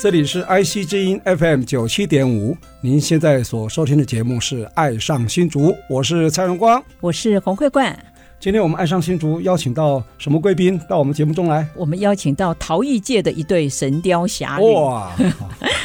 这里是 IC 之音 FM 九七点五，您现在所收听的节目是《爱上新竹》，我是蔡荣光。我是洪慧冠，今天我们《爱上新竹》邀请到什么贵宾到我们节目中来？我们邀请到陶艺界的一对神雕侠侣。哇，嗯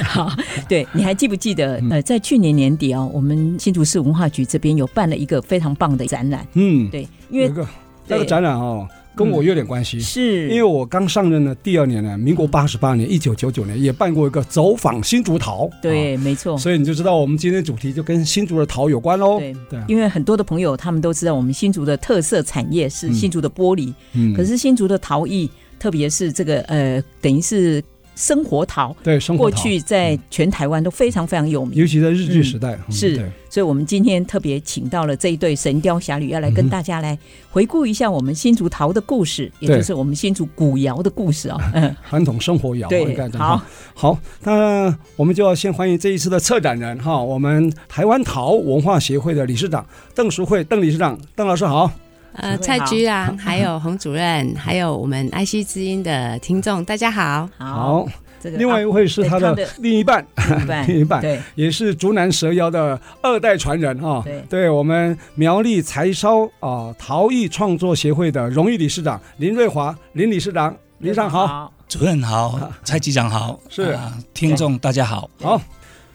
好，对，你还记不记得？呃，在去年年底哦，我们新竹市文化局这边有办了一个非常棒的展览。嗯，对，因有一为嗯个那个展览哦，跟我有点关系，是因为我刚上任的第二年呢，民国八十八年，一九九九年也办过一个走访新竹桃，对，没啊错，所以你就知道我们今天主题就跟新竹的桃有关喽。对对啊，因为很多的朋友他们都知道，我们新竹的特色产业是嗯新竹的玻璃，嗯可是新竹的陶艺，特别是这个呃，等于是生活陶，对生活嗯过桃，去在全台湾都非常非常有名。尤其在日据时代，嗯是对所以我们今天特别请到了这一对神雕侠侣，要来嗯跟哼大家来回顾一下我们新竹桃的故事，也对就是我们新竹古窑的故事哦。嗯，传统生活窑应该对，这样好讲。，好，那我们就要先欢迎这一次的策展人哈，我们台湾陶文化协会的理事长邓淑慧邓理事长，邓老师好。呃，主蔡任好局 长，还有洪主任，还有我们爱惜之音的听众，大家好。好，，这个另外一位是他对他的的另一半，另一半，另一半 对，也是竹南蛇妖的二代传人哈。对我们苗栗柴烧啊、陶艺创作协会的荣誉理事长林瑞华林理事长，理事长好。，主任好，蔡局长好，啊是啊听众大家好。好，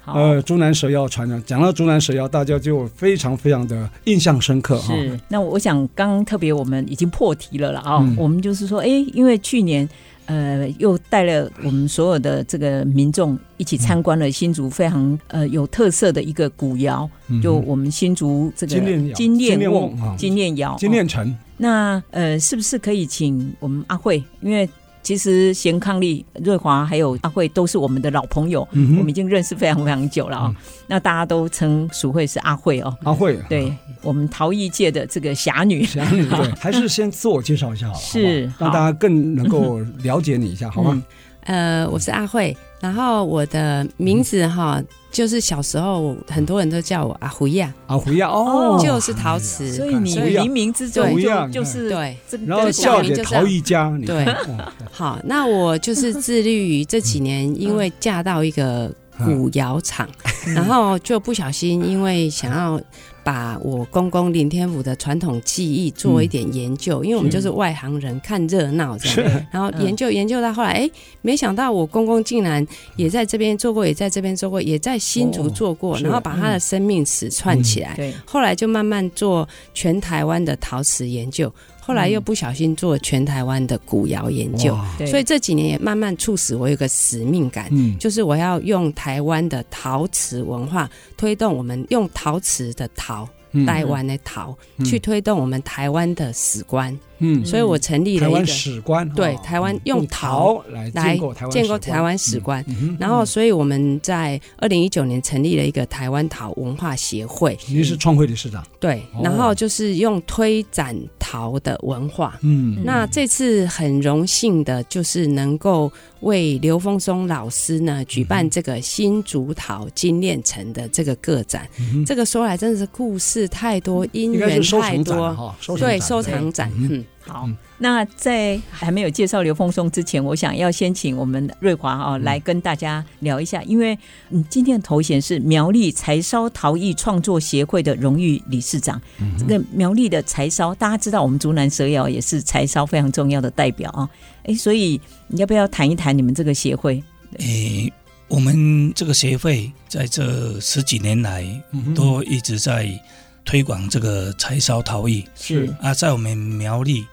好，呃，竹南蛇妖传人，讲到竹南蛇妖，大家就非常非常的印象深刻哈。是，那我想刚刚特别我们已经破题了了啊、嗯我们就是说，哎，因为去年呃又带了我们所有的这个民众一起参观了新竹非常呃有特色的一个古窑，嗯就我们新竹这个金链窑金金链链瓮啊瓮、金链窑、金炼成，那呃，是不是可以请我们阿慧？因为其实贤伉俪、瑞华还有阿慧都是我们的老朋友，嗯我们哼，嗯已经认识非常非常久了啊、那大家都称淑慧是阿慧哦。阿慧，对我们陶艺界的这个 侠女， 侠女对，还是先自我介绍一下好了，是好不好让好大家更能够了解你一下，好吗？呃，我是阿慧，然后我的名字哈，就是小时候很多人都叫我阿胡呀，啊，胡亚哦，就是陶瓷。所以你不一样冥冥之不中一就样哎就是对，这个然后小笑名姐就这样陶艺家，你对看哦好，那我就是致力于这几年，因为嫁到一个古窑 厂，嗯然后就不小心，因为想要把我公公林天福的传统技艺做一点研究，因为我们就是外行人看热闹这样，是然后研究研究到后来，哎，没想到我公公竟然也在这边做过，也在这边做过，也在新竹做过，嗯哦是嗯然后把他的生命史串起来。对后来就慢慢做全台湾的陶瓷研究，后来又不小心做全台湾的古窑研究，嗯哇对，所以这几年也慢慢促使我有个使命感，嗯，就是我要用台湾的陶瓷文化推动我们用陶瓷的陶，嗯台湾的陶、去推动我们台湾的史观，嗯，所以我成立台了一湾个史观，对哦台湾用用陶来建来构台湾建史构观台，湾史观。嗯哼然后，所以我们在二零一九年成立了一个台湾陶文化协会，您是创会理事长，对哦，然后就是用推展陶的文化。嗯那这次很荣幸的，就是能够为刘峰松老师嗯呢举办这个新竹陶金炼城的这个个展。嗯哼嗯这个说来真的是故事太多，因应该缘是收太藏展了多。哈，收藏对，展收藏展，嗯，好嗯。那在还没有介绍刘丰松之前，我想要先请我们瑞华啊、哦、嗯来跟大家聊一下，因为你今天的头衔是苗栗柴烧陶艺创作协会的荣誉理事长。嗯这个苗栗的柴烧，大家知道我们竹南蛇窑也是柴烧非常重要的代表啊、哎，所以你要不要谈一谈你们这个协会？诶、我们这个协会在这十几年来嗯哼都一直在推广这个柴烧陶艺是啊，在我们苗栗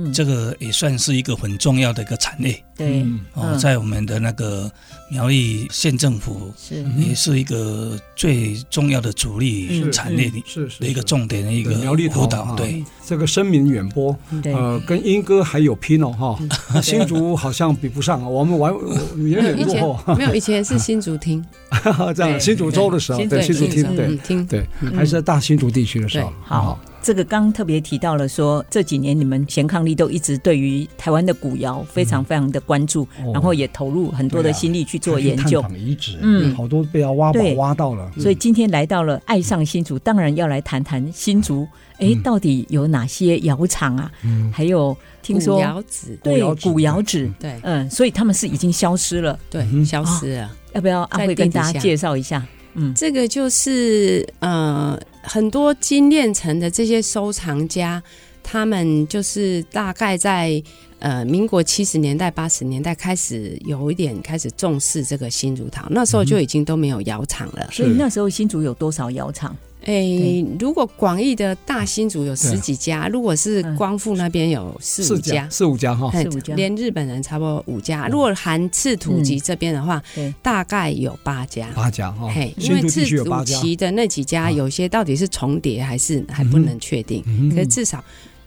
嗯这个也算是一个很重要的一个产业对，嗯哦，嗯在我们的那个苗栗县政府是也是一个最重要的主力嗯产业里嗯是是的一个重点的一个苗栗头辅啊导，对，这个声名远播，对，呃，跟英歌还有 Pino 哈，嗯那新竹好像比不上啊，我们玩远远以嗯落后前没有，以前是新竹厅，哈 哈，这样对新竹州的时候，哦对新竹厅，嗯对厅，对，嗯还是在大新竹地区的时候啊对，好，这个刚特别提到了说，这几年你们贤伉俪都一直对于台湾的古谣非常非常的关注，哦然后也投入很多对的啊心力去做研究。探访嗯遗址，嗯好多被他挖宝对挖到了，所以今天来到了爱上新竹，当然要来谈谈新竹，诶，到底有哪些窑厂啊？嗯，还有听古说窑子，对窑址古窑址，对嗯，所以他们是已经消失了。对，消失了。要不要阿在慧地跟底大家下介绍一下？嗯，这个就是呃，很多金炼城的这些收藏家，他们就是大概在呃民国七十年代、八十年代开始有一点开始重视这个新竹陶，那时候就已经都没有窑厂了。所以那时候新竹有多少窑厂？诶、如果广义的大新竹有十几家，如果是嗯光复那边有啊四五四家家。四五家哈，哎四五家连日本人差不多五家，如果含赤土集这边的话，对大概有八家。八家哈嘿，，因哦新为竹地自区有主八家，期的那几家，啊有些到底是重叠还是还不能确定。嗯可是至少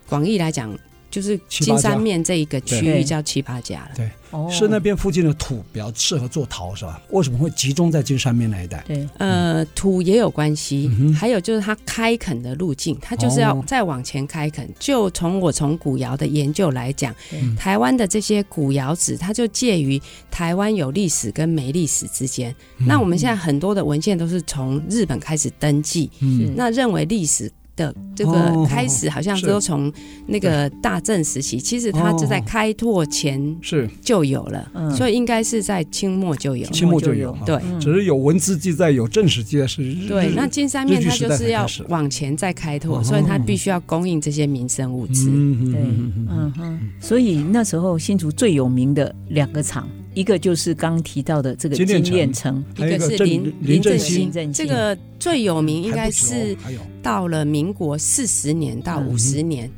广义来讲，就是七八家金嗯山面这一个区对域叫七八家了。哦，是那边附近的土比较适合做陶是吧？为什么会集中在金山面那一带？对，呃，土也有关系嗯，哼还有就是它开垦的路径，它就是要哦再往前开垦。就从我从古窑的研究来讲对，台湾的这些古窑址，它就介于台湾有历史跟没历史之间。嗯那我们现在很多的文献都是从日本开始登记，嗯是那认为历史的这哦个开始好像是都从那个大正时期，其实它就在开拓前是就有了，嗯所以应该是在清末就有。哦清末哦就有清末就有哈，对、嗯只是有文字记载，有正史记载是日对，日那金山面嗯日据它时就代是要才开始往前再开拓，哦所以它必须要供应这些民生物资。嗯对，嗯哼，所以那时候新竹最有名的两个厂，一个就是刚提到的这个金炼金城炼城，还有一个是郑林林林振振兴兴林振这兴个最有名应还该不止哦是还有到了民国四十年到嗯五十年，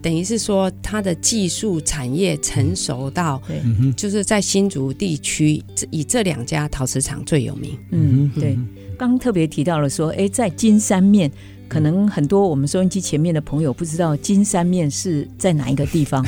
等于是说它的技术产业成熟到嗯哼就是在新竹地区，这以这两家陶瓷厂最有名。嗯，对，刚特别提到了说，哎，在金山面。嗯可能很多我们收音机前面的朋友不知道金山面是在哪一个 地方，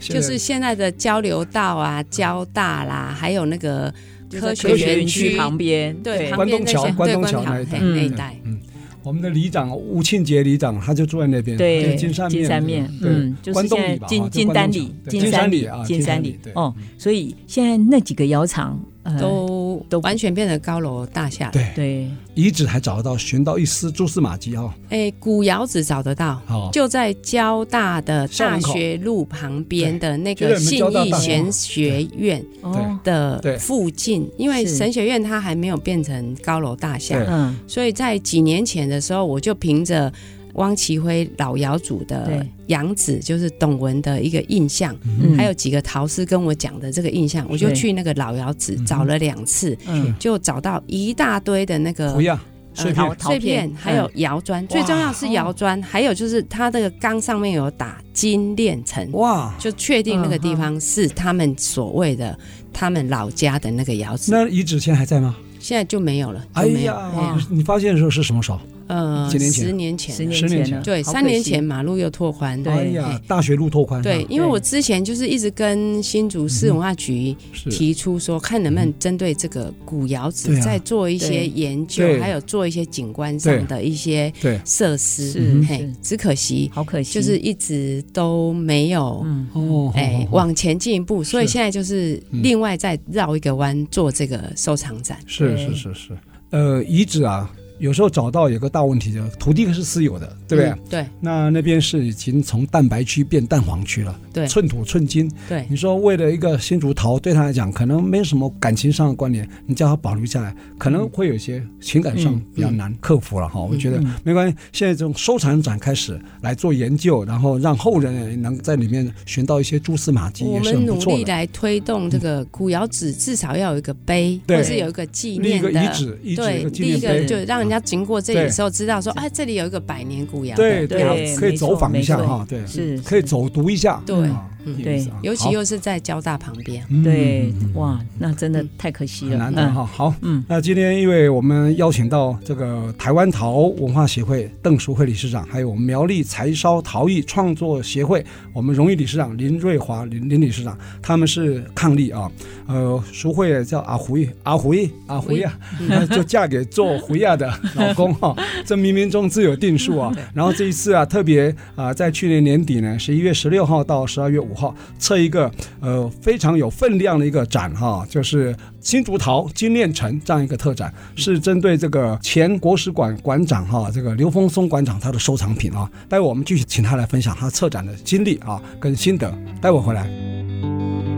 现就在是现在的交流道啊、交大啦，还有那个科就在学园园区区旁边，对关旁边东那桥些关对东关桥桥那一带嘿那嗯一带。嗯，我们的里长吴庆杰里长，他就住在那边，对金山面，金山面，对嗯，就是关东现在里吧，金哈金丹里、就关东桥对金山里里啊，、金山里，对，嗯哦，所以现在那几个窑厂，呃，都都完全变成高楼大厦。对，对，遗址还找得到，寻到一丝蛛丝马迹哈，哎，古窑子找得到，好，就在交大的校大门口学路旁边的那就在个我们信交大义大学贤学院哦，对的附近，因为是神学院它还没有变成高楼大厦对，嗯，所以在几年前的时候，我就凭着汪奇辉老窑主的对养子，就是董文的一个印象，嗯还有几个陶师跟我讲的这个印象，我就去那个老窑子找了两次，嗯，就找到一大堆的那个不要碎呃片陶陶碎片嗯片，还有窑砖，最重要是窑砖，还有就是它那个缸上面有打金炼成。哇。就确定那个地方是他们所谓的他们老家的那个窑子，那遗址现在还在吗？现在就没有了，就哎没有呀哎呀，你发现的时候是什么时候？呃，几年前十年前十了年年前前了，对，好三可年惜前马路又拓宽。对哎呀，大学路拓宽。对，啊因为我之前就是一直跟新竹市文化局嗯是嗯提出说，看能不能针对这个古窑对啊址再做一些研究对，还有做一些景观上的一些对设施。是嘿是，只可惜好可惜，就是一直都没有嗯，哦，哎哦哦往前进一步，所以是现在就是嗯另外再绕一个弯做这个收藏展。是对是是是，呃，遗址啊，有时候找到有个大问题，就是土地是私有的，对不对？嗯？对那那边是已经从蛋白区变蛋黄区了，对寸土寸金。对你说为了一个新竹桃，对他来讲可能没什么感情上的关联，你叫他保留下来，可能会有一些情感上比较难克服了哈。我觉得嗯没关系，现在从收藏展开始来做研究，然后让后人也能在里面寻到一些蛛丝马迹，我也是们很不努错力的。嗯来推动这个古窑址，至少要有一个碑，对或是有一个纪立一念个的遗址，遗址对一个，纪第一念个碑，就让人家经过这里的时候知道说，对哎，这里有一个百年古窑对的对窑对址可以没错走访一下没错哈，对，是可以走读一下，对啊嗯有意思啊尤其好又是在交大旁边。嗯对嗯，嗯哇，那真的太可惜很了，难得哈。好，嗯，那今天因为我们邀请到这个台湾陶文化协会邓淑慧理事长，还有苗栗柴烧陶艺创作协会我们荣誉理事长林瑞华林林理事长，他们是伉俪啊，呃，淑慧也叫阿胡阿胡阿胡呀，那就嫁给做胡亚的老公 哈、这冥冥中自有定数啊。然后这一次啊，特别啊、在去年年底呢，十一月十六号到十二月五号，测一个呃非常有分量的一个展哈、就是新竹陶金炼城这样一个特展，是针对这个前国史馆馆长哈、这个刘峰松馆长他的收藏品啊。待会我们继续请他来分享他策展的经历啊跟心得。待会回来。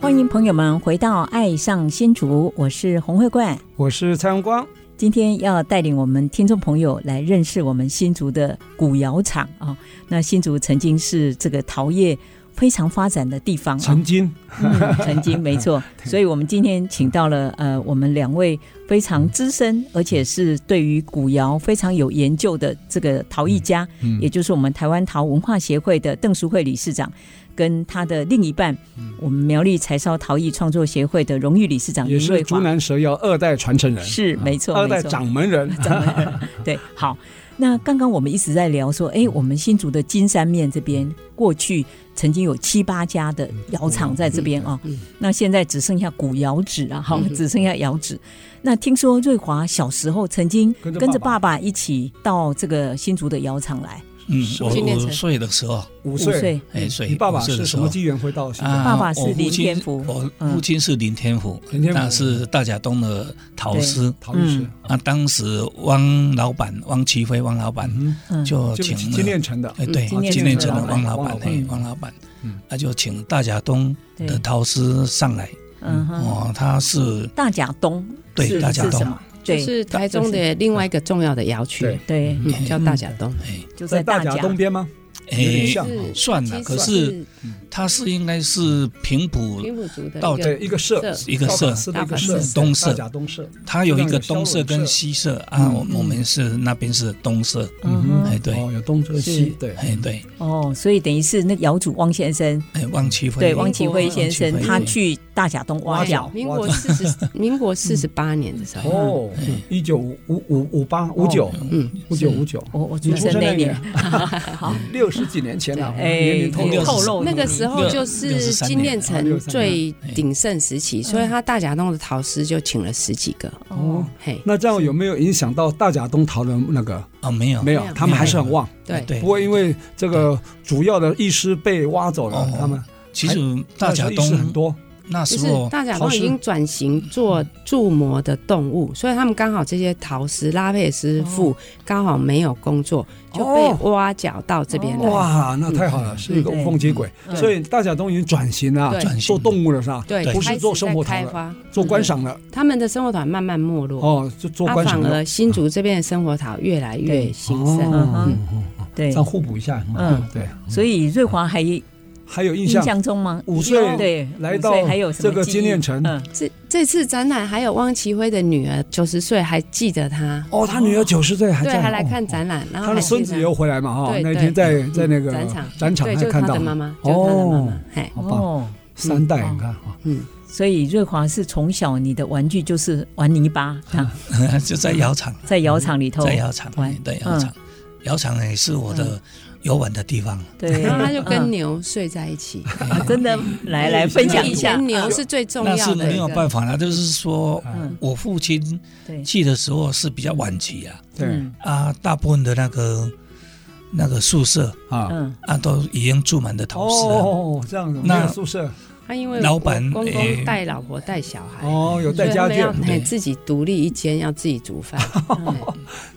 欢迎朋友们回到《爱上新竹》，我是洪慧冠。我是蔡荣光，今天要带领我们听众朋友来认识我们新竹的古窑厂啊、那新竹曾经是这个陶业非常发展的地方啊、曾经 嗯曾经没 错。所以我们今天请到了呃，我们两位非常资深，而且是对于古窑非常有研究的这个陶艺家，嗯也就是我们台湾陶文化协会的邓淑慧理事长。跟他的另一半，嗯我们苗栗柴烧陶艺创作协会的荣誉理事长也林是瑞竹华，南蛇窑二代传承人，是没错，二代没错掌门人。 掌门对，好。那刚刚我们一直在聊说，哎，我们新竹的金山面这边过去曾经有七八家的窑厂在这边哦，嗯那现在只剩下古窑址啊，哈、嗯只剩下窑址。那听说瑞华小时候曾经跟着跟着爸爸爸一起到这个新竹的窑厂来，嗯，是我训练五成岁的时候，五五岁，岁，哎，所以你爸爸五岁是的时什候么机缘会到新竹？啊，爸爸是我父林亲天福我嗯父亲是林天福，林天福那是大甲东的陶师。陶律师嗯，啊，当时汪老板汪奇辉汪老板嗯，嗯，就就请了金炼成的，哎，对，嗯今今年年请请了了汪汪老老板板，嗯哎，汪老板嗯，他就请大甲东对，的陶师上来。嗯哼，哦，他是大甲东对是大甲是东什么？就对是台中的另外一个重要的窑区对，对，嗯叫大甲东。哎就在在大甲甲东边吗？有点哎，像是算其了，实可是他是应该是平埔，平埔族的到一对，个一个社，社一个社是一个社大阪，社东社大甲东社，他有一个东社跟西社啊，嗯我我们是那边是东社，嗯嗯哎哼，对，哦，有东社西是，对，哎对，哦，所以等于是那窑主汪先生，哎汪奇辉，对汪启辉辉先生，汪奇辉他去大甲东挖挖窑角，民国四十民国四十八年的时候，哦，哎一九五五五八五九嗯，五九五九，我我你出生哦那年， 好， 六十几年前了，年哎龄，透可露以六十透露那个时候六就是63金炼年城啊最鼎盛时期，所以他大甲洞的陶师就请了十几个。哦，嘿，那这样有没有影响到大甲东陶的那个？哦没有没有没，有他们还是很旺。对，对不，过因为这个主要的艺师被挖走了哦，他们其实大那甲时候艺师很东多，那就时是候大甲陶洞师嗯已经转型做铸模的动物，所以他们刚好这些陶师、拉佩师傅刚好没有工作，就哦被挖角到这边来。哇，那太好了，是一个无缝接轨。嗯所以大甲东已经转型了，啊对嗯转型做动物了是吧？对，对不开是始做生活在陶开了，发，嗯做观赏了。他们的生活团慢慢没落。哦，就做啊，观赏反了。而新竹这边的生活陶越来越兴盛。嗯哼哦，对这，样互补一下。嗯嗯，对。所以瑞华还印还有印象，象中吗？五岁对，来五岁到还有什这么个记忆金炼城嗯，这这次展览还有汪奇辉的女儿九十岁还记得他，哦，他女儿九十岁还对，在，还来哦看。展览，然哦后他的还孙记子得也有回来嘛？哈，对那天在在那个嗯展场展场对，还就是他看到的妈妈，就是他的妈哦妈，，嘿，好棒，哦，三代你看啊哈，嗯，所以瑞华是从小你的玩具就是玩泥 巴，啊 就在窑厂，在窑厂里头，在窑厂玩，对嗯窑厂，窑厂也是我的游玩的地方。对，然后他就 跟你牛睡在一 下真的来来分享一以下前，牛是最重那要是的没一有个，办法了，就是说嗯，我父亲对，去的时候是比较晚期啊，对嗯啊，大部分的那个那个宿舍啊，嗯，啊都已经住满的啊陶师啊了。哦，这样子，那没有宿舍他因为老板公诶公带老婆带小孩，哎哦，有所带以家他们哎眷要，对嗯嘿自己独立一间，要自己煮饭，嘿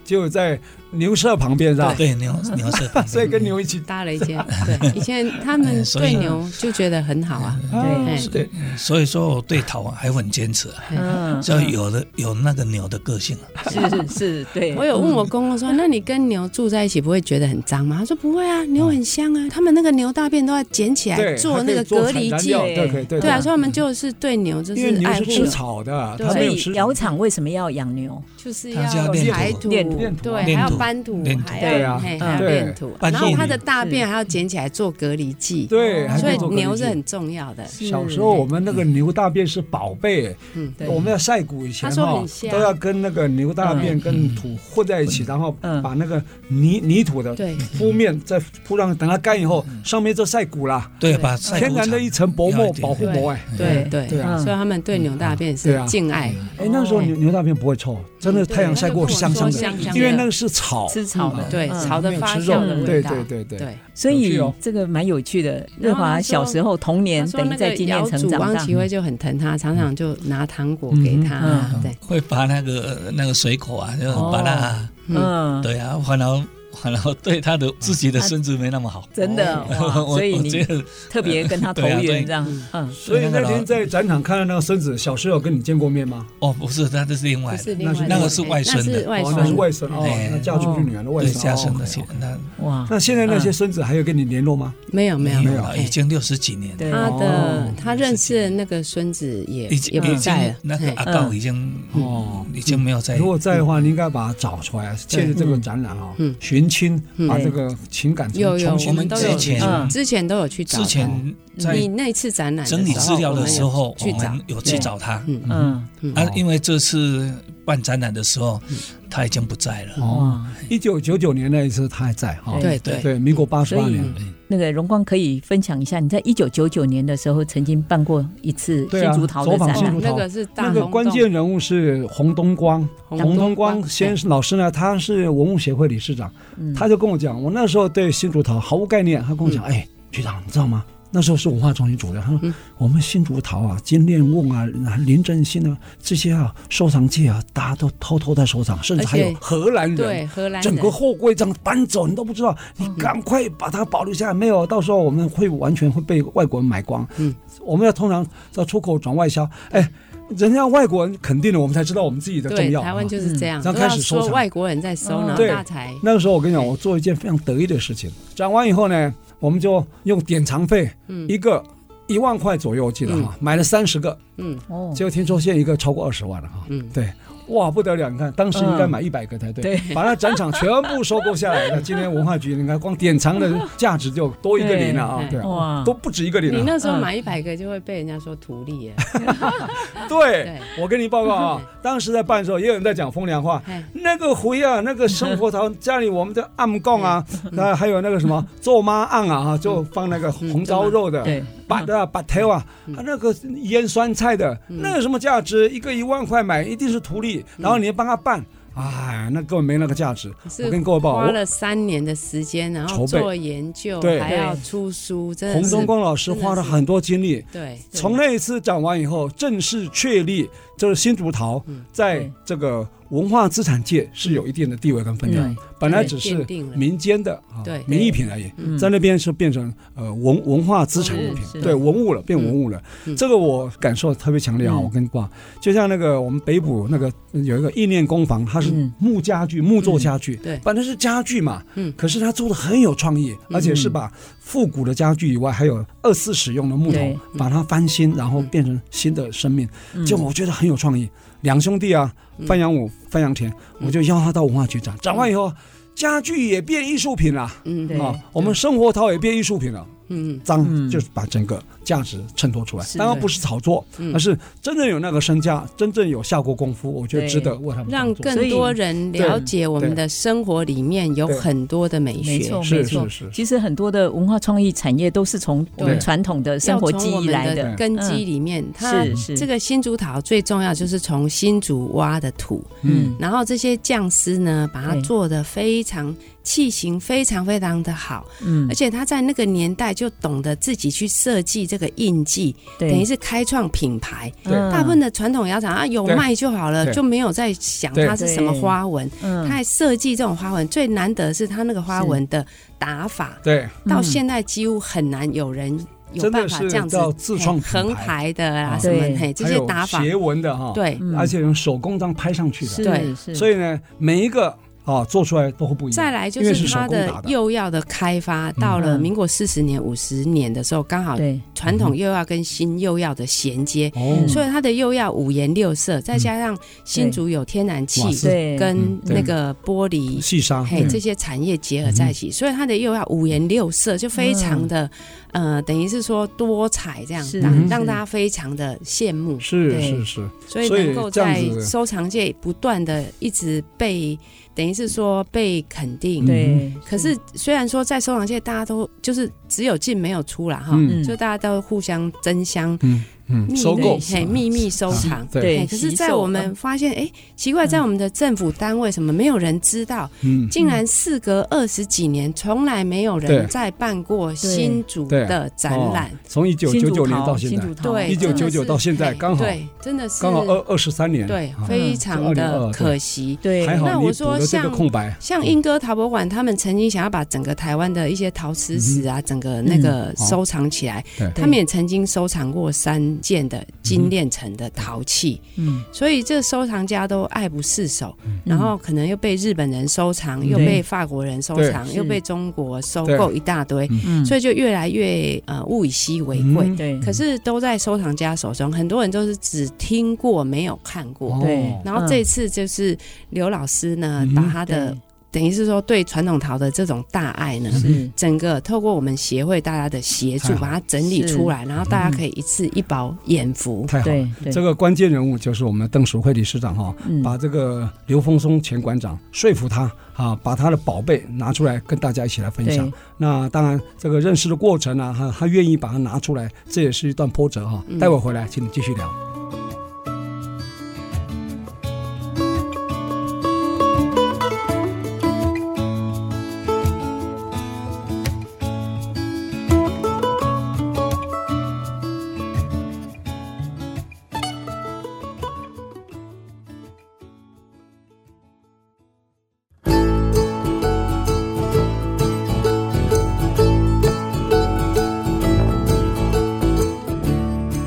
就在牛舍旁边是吧？对牛牛舍旁 边，所以跟牛一起搭了一间，对，以前他们哎嗯所以对牛就觉得很好啊，啊哎，对，所以说我对桃啊还很坚持 啊，嗯，只要有了有那个牛的个性啊，是是是，对，我有问我公公说：“那你跟牛住在一起不会觉得很脏嗯吗？”他说：“不会啊，牛很香啊，他们那个牛大便都要捡起来对，做那个隔离剂。”对对对对啊，所以他们就是对牛就因为是牛爱是护吃的，草的，对它所没有以吃窑厂为什么要养牛？就是它是要要练排土土、练土练土对，练还要土搬土练，土还对要啊嘿嗯还要对练土，搬然后地它的里大是便还要捡起来做隔离剂，对，还可哦所以做隔离牛是剂很重要的。小时候我们那个牛大便是宝贝，嗯，对。我们要晒谷以前他说哈很，香都要跟那个牛大便嗯跟土混在一起，然后嗯把那个泥泥土的对嗯铺面再铺上，等它干以后，上面就晒谷了，对对把晒天谷然的场一层薄要一膜点保护膜，哎对对对啊所以他们对牛大便对是啊敬爱，哎，那时候哦牛牛大便不会臭，真的嗯对太阳晒过它就香香跟我说香的，香因为的那个是草，吃草的，对嗯草的没有发吃酵肉的味对道，对对对。对。所有趣以哦这个蛮有趣的。然瑞后他华说小时候童年他说等于那在个今天窑成主长汪大奇，辉就很疼他，常常就拿糖果给他啊，嗯对， 会把那个那个水果啊，就哦把它嗯，嗯，对啊，反而反而对他的自己的孙子没那 么好，哦真的，哇 我所以我觉你得特别跟 他投对啊对缘这样，嗯，所以那那个天在展场看到那个孙子，小时候有跟你见过面吗？哦，不是，那这是另嗯不外的是另外的那个是外那孙的是外哦，孙那是的外孙哦哎，那嫁出去女儿的嗯外对孙，加深哦的 OK，钱，那哇，嗯那现在那些孙子还有跟你联络吗？没有没有哎没有有啊了，已经六十几年了，对，他的哦他认识的那个孙子也已经也不已在经了，那个嘿嗯阿道已经哦已经没有在如果在的话，你应该把它找出来，借着这个展览啊嗯，寻亲，嗯把这个情感重有有重我新们都有之前嗯之前都有去找之他，前在你那次展览的整理时候资料的时候，我们我有去找们，有去找他嗯嗯，嗯啊哦，因为这次办展览的时候他已经不在嗯了，哦，哇，一九九九年那一次他还在哈，对对对，对，嗯民国八十八所以年，那个荣光可以分享一下，你在一九九九年的时候曾经办过一次对新啊竹桃的展走访新览竹，那个是那大红个洞关键人物是洪东光，洪东光先生老师呢，他是文物协会理事长，嗯他就跟我讲，我那时候对新竹陶毫无概念，他跟我讲，哎，局长，你知道吗？那时候是文化中心主任，他说、嗯我们新竹陶啊、金链瓮啊、林振兴啊这些啊收藏界啊，大家都偷偷在收藏，甚至还而有且荷兰人。对荷兰人嗯整个货柜这样搬走，你都不知道，你赶快把它保留下来，没有，到时候我们会完全会被外国人买光。嗯，我们要通常要出口转外销，哎，人家外国人肯定了，我们才知道我们自己的重对要啊。台湾就是这样，这样都要开始收说藏外国人在收，嗯然后对大才那个时候我跟你讲，我做一件非常得意的事情。展完以后呢，我们就用典藏费，嗯一个一万块左右，我记得哈，买了三十个，嗯哦，结果听说现在一个超过二十万了哈。嗯对，哇，不得了！你看，当时应该买一百个才对，把那展场全部收购下来了。今天文化局，你看光典藏的价值就多一个零了啊，对对啊，嗯哇，都不止一个你零了。那时候买一百个就会被人家说图利耶，对 对，我跟你报告 啊，当时在办的时候，也有人在讲风凉话，嘿那个回啊，那个生活堂家里我们的暗供啊，那 还有那个什么做妈案啊，哈嗯就放那个红烧肉的，对，把的把头啊，嗯啊那个腌酸菜的，那有什么价值？一个一万块买，一定是图利，然后你帮他办，哎，那根本没那个价值。嗯是我跟各位报花告，了三年的时间，然筹后备做研究，对还要出书，真我的洪是东光老师真的花了是很多精力。对从那一次讲完以后，正式确立就是新竹陶嗯在对这个文化资产界是有一定的地位跟分量嗯，本来对只奠是定了民间的啊对名义品而已，嗯在那边是变成呃文文化资产物文物是品，对文物了，变文物了。嗯这个我感受特别强烈啊！嗯我跟你讲，就像那个我们北埔那个有一个意念工坊，它是嗯木家具、木做家具，对本来是家具嘛，嗯可是它做的很有创意，而且是把复古的家具以外，还有二次使用的木头对，嗯把它翻新，然后变成新的生命。嗯就我觉得很有创意。两兄弟啊，嗯范阳武、范阳田，我就邀他到文化局展，展完以后，家具也变艺术品了嗯对啊，我们生活套也变艺术品了。嗯脏嗯就是把整个价值衬托出来，是当然不是炒作，嗯而是真正有那个身价，真正有下过功夫，我觉得对值得为他们让工作更多人了解我们的生活里面有很多的美没学，错是没错是，是，其实很多的文化创意产业都是从我们对传统的生活要记从我忆们来的的，嗯根基里面，它是是这个新竹陶最重要就是从新竹挖的土，嗯然后这些匠师呢，把它对做的非常器型非常非常的好，嗯而，且他在那个年代就懂得自己去设计这个印记，等等于是开创品牌。对嗯大部分的传统窑厂啊，有嗯对卖就好了，对就没有在想对它是什么对花纹。嗯他还设计这种花纹，最难得是他那个花纹的打法，对，到现在几乎很难有人有真的办法是这样子叫自创嘿品牌横排的啊啊什么对嘿这还些有打法，斜纹的哈，，对，嗯而且用手工这样拍上去的，对是是，所以呢，每一个啊做出来都会不一样。再来就因为是是手它工打的的，釉药的开发，到了嗯民国四十年、五十年的时候，刚好对传嗯统釉药跟新釉药的衔接，哦，所以它的釉药五颜六色，再加上新竹有天然嗯哇气是对跟嗯对嗯那个玻璃细沙，嘿，对这些产业结合在嗯一起，所以它的又要五颜六色，就非常的、呃，等于是说多彩这样是，让嗯让大家非常的羡慕，是对是是，所以所以能够这样在子收藏界不断的一直被，等于是说被肯嗯定。对，可是虽然说在收藏界大家都就是只有进没有出啦哈，嗯就大家都互相争相嗯嗯，秘收购嘿秘密收藏。对对嘿可是，吸在收我们嗯发现，哎、奇怪，在我们的政府单位，什么没有人知道，嗯竟然事隔二十几年，从来没有对人再办过新竹的展览。哦从一九新九竹九年陶到现新在竹，陶1999对，真的是到现在嘿刚好对，真的是刚好二二十三年，对啊，非常的可惜。对，还好那你我补说了这个像空白，嗯像英歌陶博馆，他们曾经想要把整个台湾的一些陶瓷石啊，整个那个哦收藏起来。嗯他们也曾经收藏过三件的精炼成的陶器，嗯，所以这收藏家都爱不释手。嗯然后可能又被日本人收藏，嗯又对被法国人收藏，是又被中国收对购一大堆。嗯，所以以就越来越呃物以稀为嗯贵。对可是都在收藏家手中，很多人都是只听过没有看过。对哦然后这次就是刘老师呢，嗯把他的对等于是说对传统陶的这种大爱呢。是整个透过我们协会大家的协助太，好把它整理出来，然后大嗯家可以一次一饱眼福。太好了。对对这个关键人物就是我们邓淑慧理事长哈、嗯把这个刘峰松前馆长说服他啊，把他的宝贝拿出来跟大家一起来分享对。那当然，这个认识的过程啊，他他愿意把它拿出来，这也是一段波折哈、嗯待会儿回来，请你继续聊。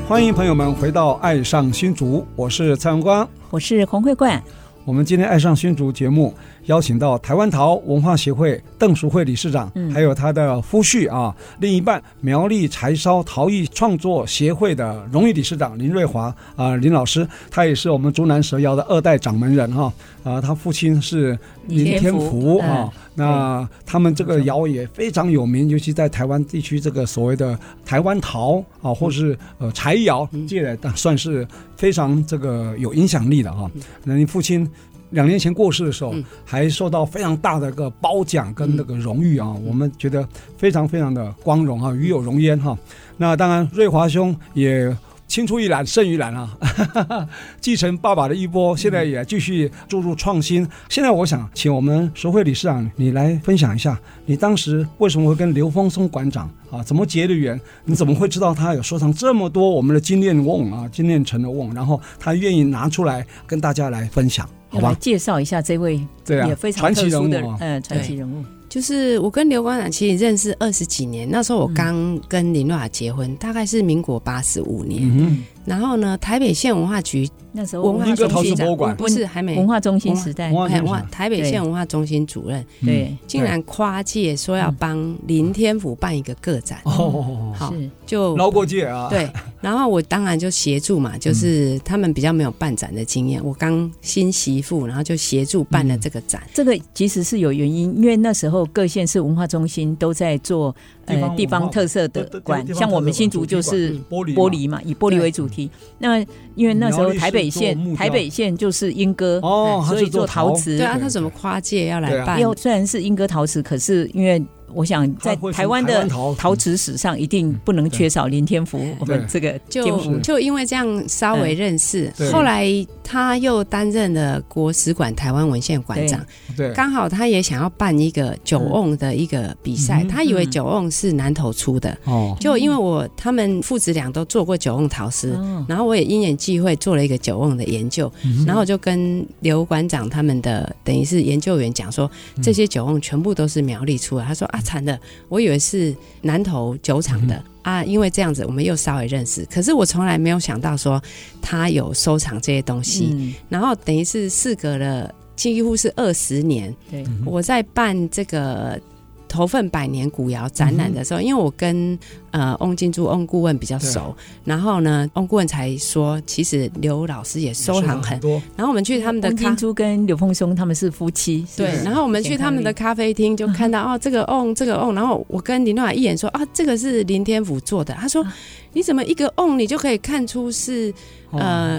欢迎朋友们回到《爱上新竹》，我是蔡荣光。我是黄慧冠，我们今天《爱上新竹》节目邀请到台湾陶文化协会邓淑慧理事长，嗯还有他的夫婿啊，另一半苗栗柴烧陶艺创作协会的荣誉理事长林瑞华啊、林老师，他也是我们竹南蛇窑的二代掌门人哈啊、他父亲是林天福林天福嗯啊。那他们这个窑也非常有名，尤其在台湾地区，这个所谓的台湾陶啊，或是呃柴窑嗯界来算是非常这个有影响力的啊。那你父亲两年前过世的时候嗯，还受到非常大的一个褒奖跟那个荣誉啊，我们觉得非常非常的光荣啊，与有荣焉哈、那当然，瑞华兄也。青出于蓝胜于蓝啊， 继承爸爸的衣钵，现在也继续注入创新。现在我想请我们熟会理事长你来分享一下，你当时为什么会跟刘峰松馆长啊怎么结的缘？你怎么会知道他有收藏这么多我们的金链瓮啊，金链城的瓮，然后他愿意拿出来跟大家来分享，好要来吧？介绍一下这位对啊也非，常传奇特人殊的物啊，呃传奇人物，就是我跟刘馆长其实认识二十几年，那时嗯候我刚跟林若雅结婚，大概是民国八十五年。嗯然后呢，台北县文化局那时候文化英歌陶中瓷中心博心物馆不是还没文化中心时代哼，，哇，哎真文是化台北县文化中心主任嗯对，竟然跨界说要帮林天福办一个个展，哦哦哦好嗯是就哦，捞过界啊，，嗯对，然后我当然就协 助嘛，就是他们比较没有办展的经验，我刚新媳妇，然后就协助办嗯了这个展。这个其实是有原因，因为那时候各县市文化中心都在做地方文呃化地方特色的对对馆地，方像我们特色馆嗯新竹主题就是玻馆璃玻玻璃嘛，以玻璃为主题。那因为那时苗候栗是台北做县木台雕北县就是莺歌，哦，他所是以做陶陶瓷对啊，对他怎么跨界要对哎来啊办？又虽然是莺歌陶瓷，可是因为我想在他会台湾的从台湾陶陶瓷史上一定嗯不能缺少林天福，我们这个天就福就因为这样稍微认识，嗯对后来他又担任了国史馆台湾文献馆长，嗯对，刚好他也想要办一个九瓮的一个比赛，嗯他以为九瓮是南投出的，哦，就因为我他们父子俩都做过九瓮陶师，哦然后我也因缘际会做了一个九瓮的研究，然后我就跟刘馆长他们的等于是研究员讲说，嗯这些九瓮全部都是苗栗出来。他说啊，惨的，我以为是南投酒厂的。啊，因为这样子，我们又稍微认识。可是我从来没有想到说他有收藏这些东西，嗯，然后等于是事隔了几乎是二十年，对，我在办这个头份百年古窑展览的时候，因为我跟呃翁金珠翁顾问比较熟，然后呢，翁顾问才说，其实刘老师也嗯收藏很，多，然后我们去他们的翁嗯咖金。珠跟刘凤松他们是夫妻，是对不，是然后我们去他们的咖啡厅，就看到哦，这个瓮，这个瓮，然后我跟林诺雅一眼说啊，这个是林天福做的。他说，你怎么一个瓮你就可以看出是呃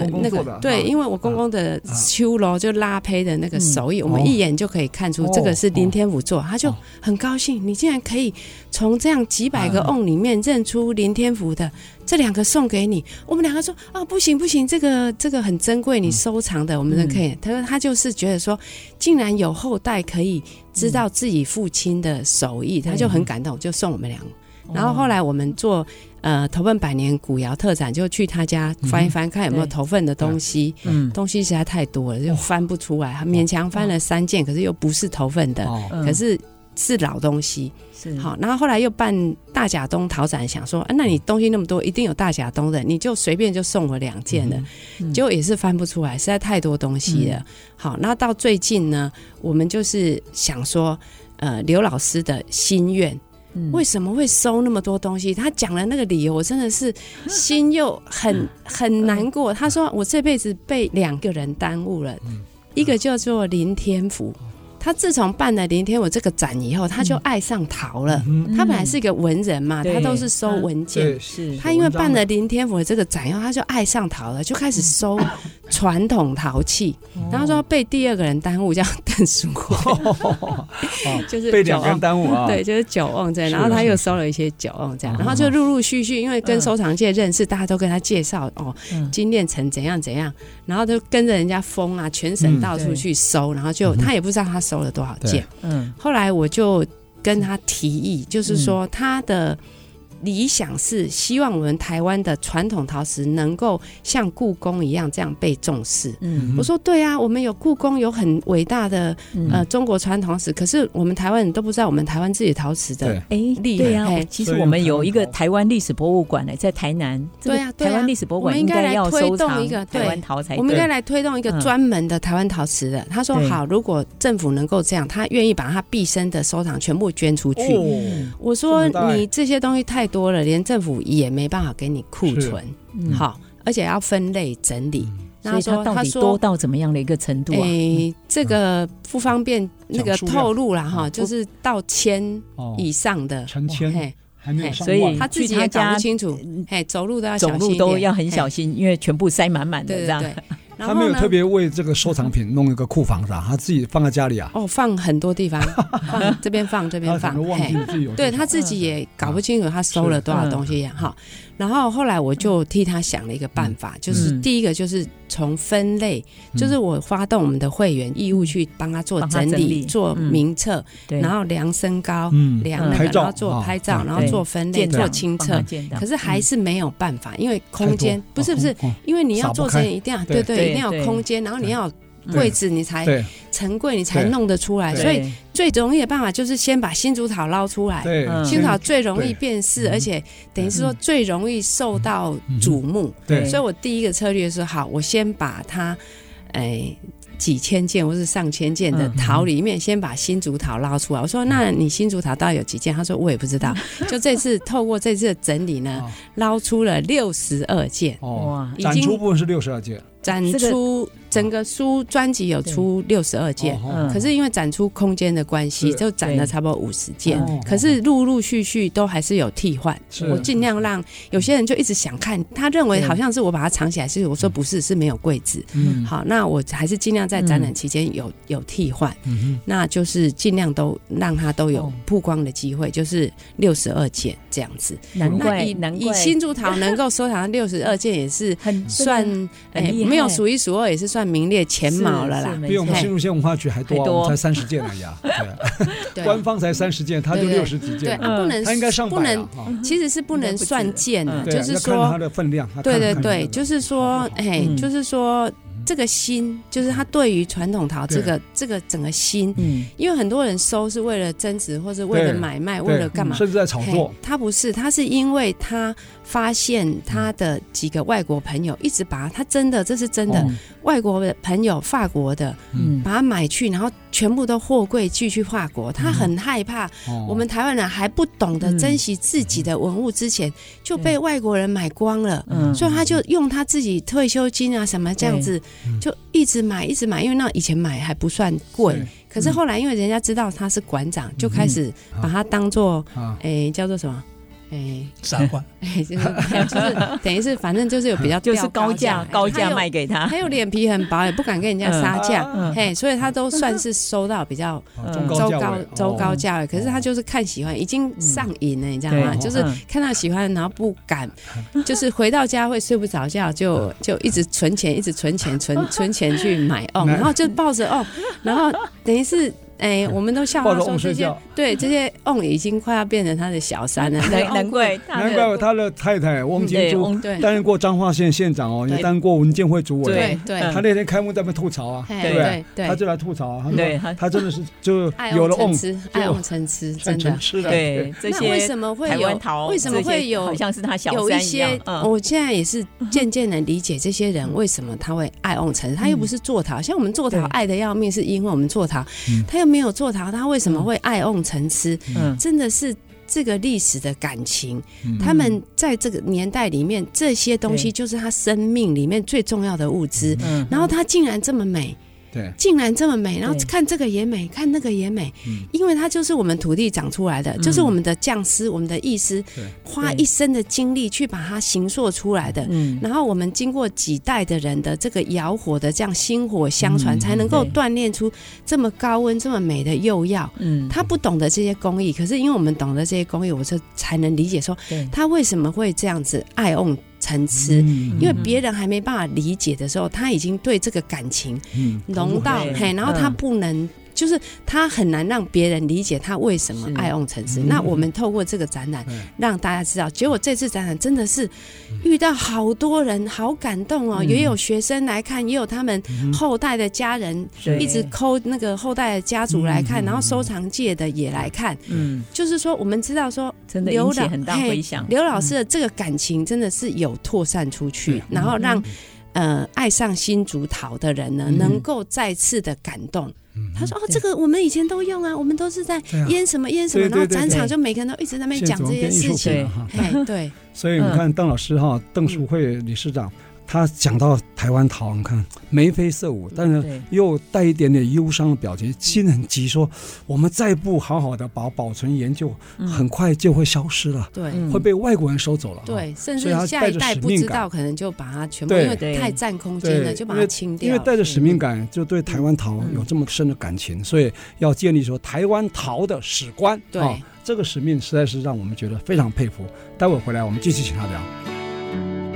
哦公公那做个的啊对，因为我公公的啊秋楼就拉胚的那个手艺，我哦们一眼就可以看出这个是林天福做，他就哦很高兴，你竟然可以从这样几百个啊瓮里面认出林天福的。这两个送给你，我们两个说啊，不行不行，这个这个很珍贵，你收藏的，我们都可以。嗯他说他就是觉得说，竟然有后代可以知嗯道自己父亲的手艺，他就很感动，就送我们两个。哦然后后来我们做呃头份百年古窑特展，就去他家翻一翻，看有没有对头份的东西。嗯，东西实在太多了，就翻不出来，勉强翻了三件，可是又不是头份的，哦，嗯可是是老东西。是好，然后后来又办大甲东陶展，想说，啊、那嗯你东西那么多，一定有大甲东的，你就随便就送我两件了，嗯结果也是翻不出来，实在太多东西了。好，那到最近呢，我们就是想说，呃，刘老师的心愿。嗯为什么会收那么多东西？他讲了那个理由，我真的是心又很嗯很难过。他说我这辈子被两个人耽误了，嗯一个叫做林天福。他自从办了林天福这个展以后，他就爱上陶了。嗯他本来是一个文人嘛，对他都是收文件。对，是他因为办了林天福的这个展以后，他就爱上陶了，就开始收嗯传统陶器。哦然后说被第二个人耽误，叫 邓淑 慧，就是哦被两九个人二耽误啊，对，就是酒瓮这样，是哦嗯然后他又收了一些酒瓮这样，然后就陆陆续续，因为跟收藏界认识，大家都跟他介绍哦，金炼成怎样怎样，然后就跟着人家疯啊，全省到处去嗯收，然后就他也不知道他收了多少件。嗯后来我就跟他提议，就是嗯说他的。理想是希望我们台湾的传统陶瓷能够像故宫一样这样被重视。嗯我说对啊，我们有故宫，有很伟大的嗯呃中国传统陶瓷，可是我们台湾人都不知道我们台湾自己陶瓷的对哎，厉害对呀、嘿我其实所以我用们有一台个湾陶台湾历史博物馆呢，在台南。这个对啊对啊台湾历史博物我馆们应应该该来要推收动藏一个对台湾哎陶才我们应对该来推动一个嗯专门的台湾陶瓷的。他说对好，如果政府能够这样，他愿意把他毕生的收藏全部捐出去。哦，我说这么大你这些东西太多了，连政府也没办法给你库存，嗯好，而且要分类整理。那所以他它到说，他底多嗯说，哎到怎么样的一个程度啊？诶，这个不方便那个讲数量透露啦哈，嗯就是到千哦以上的，成千嘿，还没有上所以万他自己去也他家搞不清楚，嘿，走路都要走小心路一都点要很嘿小心，因为全部塞满满的这对对样。 对，然他后没有呢特别为这个收藏品弄一个库房是吧？他自己放在家里啊，哦，放很多地方，放这边放这 他边可放能，忘记嘿，自己有这种，对他自己也搞不清楚他收了多嗯少东西呀、哈、然后后来我就替他想了一个办法，嗯就是第一个就是从分类，就是我发动我们的会员义务去帮他做帮他整整理、理做嗯名册，对，然后量身高、嗯量那拍个，照然后做啊拍照，对然后做分类、建档做清帮册它。建档可是还是没有办法，因为空间太多不是不是哦，哦因为你撒要不做开成一定要对对对对，一定要对有空间，然后你要有对柜子，你才对成柜，你才对弄得出来。对所以最容易的办法就是先把新竹草捞出来，对嗯，新先草最容易对辨识，嗯而且等于是说嗯最容易受到瞩目。对所以我第一个策略是，好，我先把它，哎。几千件或是上千件的嗯桃里面，先把新竹桃捞出来。我说：“那你新竹桃到底有几件？”他说：“我也不 知道。”就这次透过这次的整理呢哦，捞出了六十二件，哦，哇已展经出部分是六十二件，展这个出整个书专辑有出六十二件，哦嗯可是因为展出空间的关系，是就展了差不多五十件哦。可是陆陆续续都还是有替换是，我尽量让有些人就一直想看，他认为好像是我把它藏起来，是我说不是，是没有柜子。嗯好，那我还是尽量在展览期间有有替换，嗯那就是尽量都让它都有曝光的机哦会，就是六十二件这样子。难那怪以难以怪新竹桃能够收藏六十二件，也是很算很哎厉害没有数一数二，也是算名列前茅了啦。哼，比我们错新竹县文化局还多啊，还多我们才三十件而已 啊，对，对官方才三十件，他就对对六十几对，件，啊不能他应该上不百能了，哈其实是不能算件的，嗯对啊，就是要看他说，的分量，他看对对看对，看就是说，哎嗯，就是说。这个心就是他对于传统陶这个这个整个心，嗯，因为很多人收是为了增值，或者为了对买卖，对为了干嘛？甚至在炒作嘿，他不是，他是因为他发现他的几个外国朋友一直把他真的，这是真的，哦外国的朋友，法国的，嗯把它买去，然后全部都货柜寄去法国，他很害怕。哦我们台湾人还不懂得嗯珍惜自己的文物，之前就被外国人买光了。嗯所以他就用他自己退休金啊什么这样子嗯，就一直买一直买，因为那以前买还不算贵对，可是后来因为人家知道他是馆长，就开始把它当做啊，诶叫做什么？诶， 傻瓜，诶就是就是等于是反正就是有比 较就是吊高价高价，卖给他他有他，有脸皮很薄，也不敢跟人家杀价， 嗯嘿，所以他都算是收到比较哦中 嗯高周价高位周高哦嗯价位，可是他就是看喜欢，已经上瘾了，你知道吗？对啊就是嗯看到喜欢，然后不敢， 就是回到家会睡不着觉，嗯就就一直存钱，一直存 钱，存存钱去买哦，那然后就抱 着哦，然后等于是。哎，我们都笑抱他着说瓮这睡些觉，对这些瓮已经快要变成他的小三了。 难难怪他难怪他的太太翁金对珠翁对担任过嗯彰化县县长哦，对也担任过文建会主委。对对他那天开幕在那边吐槽啊，嘿不对对他就来吐槽啊，他对说他他真的是就爱有瓮了瓮成，痴，爱瓮成 痴，真变的成。吃的。 对这那为些什么会台湾有？桃，为什么这些会有好？像是他小有一三一样些，嗯我现在也是渐渐的理解这些人为什么他会爱瓮城，他又不是做陶，像我们做陶嗯对爱的要命，是因为我们做陶嗯，他又没有做陶，他为什么会爱瓮城吃？嗯真的是这个历史的感情嗯，他们在这个年代里面，这些东西对就是他生命里面最重要的物资。嗯，然后他竟然这么美，对，竟然这么美，然后对看这个也美，看那个也美，嗯因为它就是我们土地长出来的，嗯就是我们的匠师、我们的艺师对，花对一生的精力去把它形塑出来的。嗯然后我们经过几代的人的这个窑火的这样薪火相传，嗯才能够对锻炼出这么高温、这么美的釉药。嗯，他不懂得这些工艺，可是因为我们懂得这些工艺，我就才能理解说对他为什么会这样子爱瓮成痴。嗯因为别人还没办法理解的时候，他已经对这个感情嗯浓到对嘿，然后他不能，就是他很难让别人理解他为什么是爱用城市。嗯那我们透过这个展览对，让大家知道，结果这次展览真的是嗯遇到好多人，好感动哦！嗯也有学生来看，也有他们嗯后代的家人对一直抠那个后代的家族来看，嗯然后收藏界的也来看。嗯，就是说，我们知道说，真的刘引起老很大嘿回响。刘老嗯师的这个感情真的是有扩散出去，然后让嗯呃爱上新竹桃的人呢，嗯能够再次的感动。他说：“哦，对这个我们以前都用啊，我们都是在嗯对啊腌什么腌什么，对然后对对展场对就每个人都一直在那边现讲在这怎么些变艺事术情。品了哈”。哎，对，所以你嗯看邓老师哈，邓淑慧理事长，他讲到台湾桃，你看眉飞色嗯舞，但是对又带一点点忧伤的表情，心很急，说我们再不好好的把保存研究，嗯很快就会消失了，对，嗯会被外国人收走了。。对，甚哦所以他至下带一着代使不命知感道，可能就把它全部，对因为对太占空间了，对，就因把为它清掉。嗯因为带着是使命感，就对台湾陶有这么深的感情，所以要建立说台湾陶的史观。对啊这个使命实在是让我们觉得非常佩服。待会儿回来我们继续请他聊。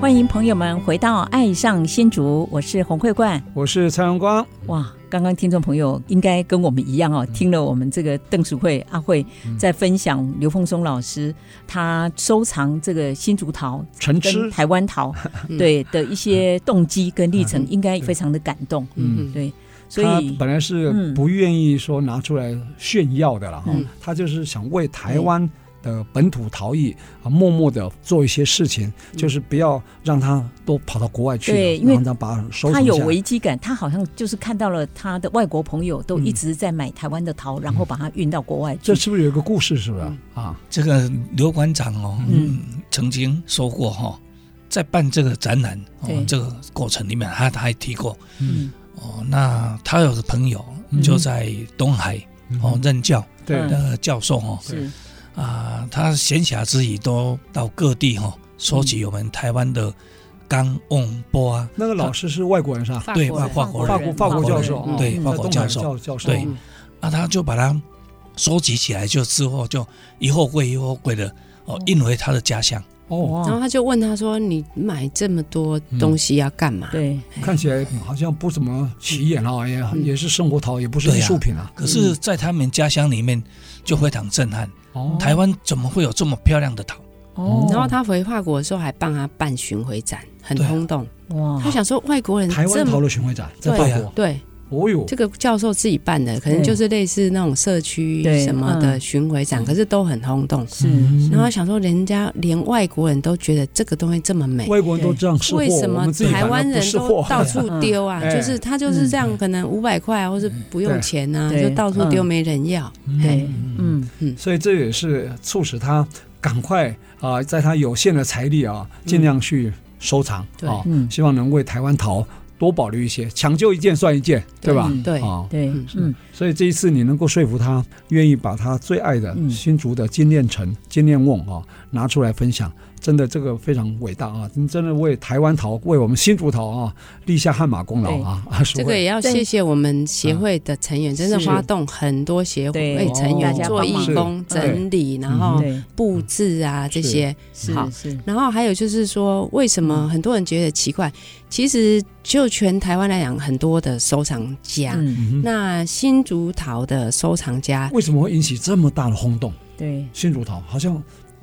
欢迎朋友们回到《爱上新竹》，我是洪慧冠。我是蔡荣光，哇，刚刚听众朋友应该跟我们一样嗯哦，听了我们这个邓淑慧阿慧在分享刘凤松老师他收藏这个新竹桃陈跟嗯吃，台湾桃 嗯对的一些动机跟历程，嗯应该非常的感动。嗯对，所他以本来是嗯不愿意说拿出来炫耀的了哈嗯，他就是想为台湾的本土陶艺啊，默默的做一些事情，就是不要让他都跑到国外去了，对因为然后他把它收他藏有下来。危机感，他好像就是看到了他的外国朋友都一直在买台湾的桃，然后把它运到国外去这。是不是有一个故事？是不是嗯啊？这个刘馆长哦，嗯嗯，曾经说过哈、在办这个展览哦对，这个过程里面，他他还提过嗯，哦，那他有个朋友就在东海、嗯哦任教对嗯的教授哦是啊，他闲暇之余都到各地哈、哦，收集我们台湾的钢、瓮、波啊，那个老师是外国人是吧？法对国人法国人法国法国教授嗯啊，对在法国东海教授教教授嗯对啊，他就把它收集起来，就之后就一货柜一货柜的哦运回他的家乡。哦，然后哇，他就问他说：“你买这么多嗯东西要干嘛？”对，看起来好像不怎么起眼啊，也嗯也是生活陶，也不是对艺呀术品啊。可是，在他们家乡里面就非常震撼，哦台湾怎么会有这么漂亮的桃？哦，然后他回法国的时候还帮他办巡回展，很对啊轰动。哇他，想说外国人哦台这湾陶么的巡回展在对法啊国，对哦哟，这个教授自己办的，可能对就是类似那种社区对什么的嗯巡回展，可是都很轰动。是嗯然后想说，人家连外国人都觉得这个东西这么美，外国人都这样识货，哎为什我么们自己反台而湾不人识都货？到处丢啊？嗯哎就是他就是这样，嗯可能五百块啊或是不用钱啊，对就到处丢，嗯没人要。对哎，嗯，嗯，所以这也是促使他赶快啊、在他有限的财力啊，尽量去收藏对啊、嗯希望能为台湾陶多保留一些，抢救一件算一件，对吧？嗯对啊，对，嗯，所以这一次你能够说服他，愿意把他最爱的嗯新竹的金链城、金链瓮啊拿出来分享，真的这个非常伟大啊！你真的为台湾陶、为我们新竹陶啊立下汗马功劳啊！啊，淑这个慧也要谢谢我们协会的成员，真的是发动很个协对会哎成大员家做帮义忙工、是整理，然后嗯对，布置啊这是些。是好是，然后还有就是说，为什么很多人觉得奇怪？其实就全台湾来讲，很多的收藏家，嗯，嗯哼那新竹桃的收藏家，为什么会引起这么大的轰动？对，新竹陶好像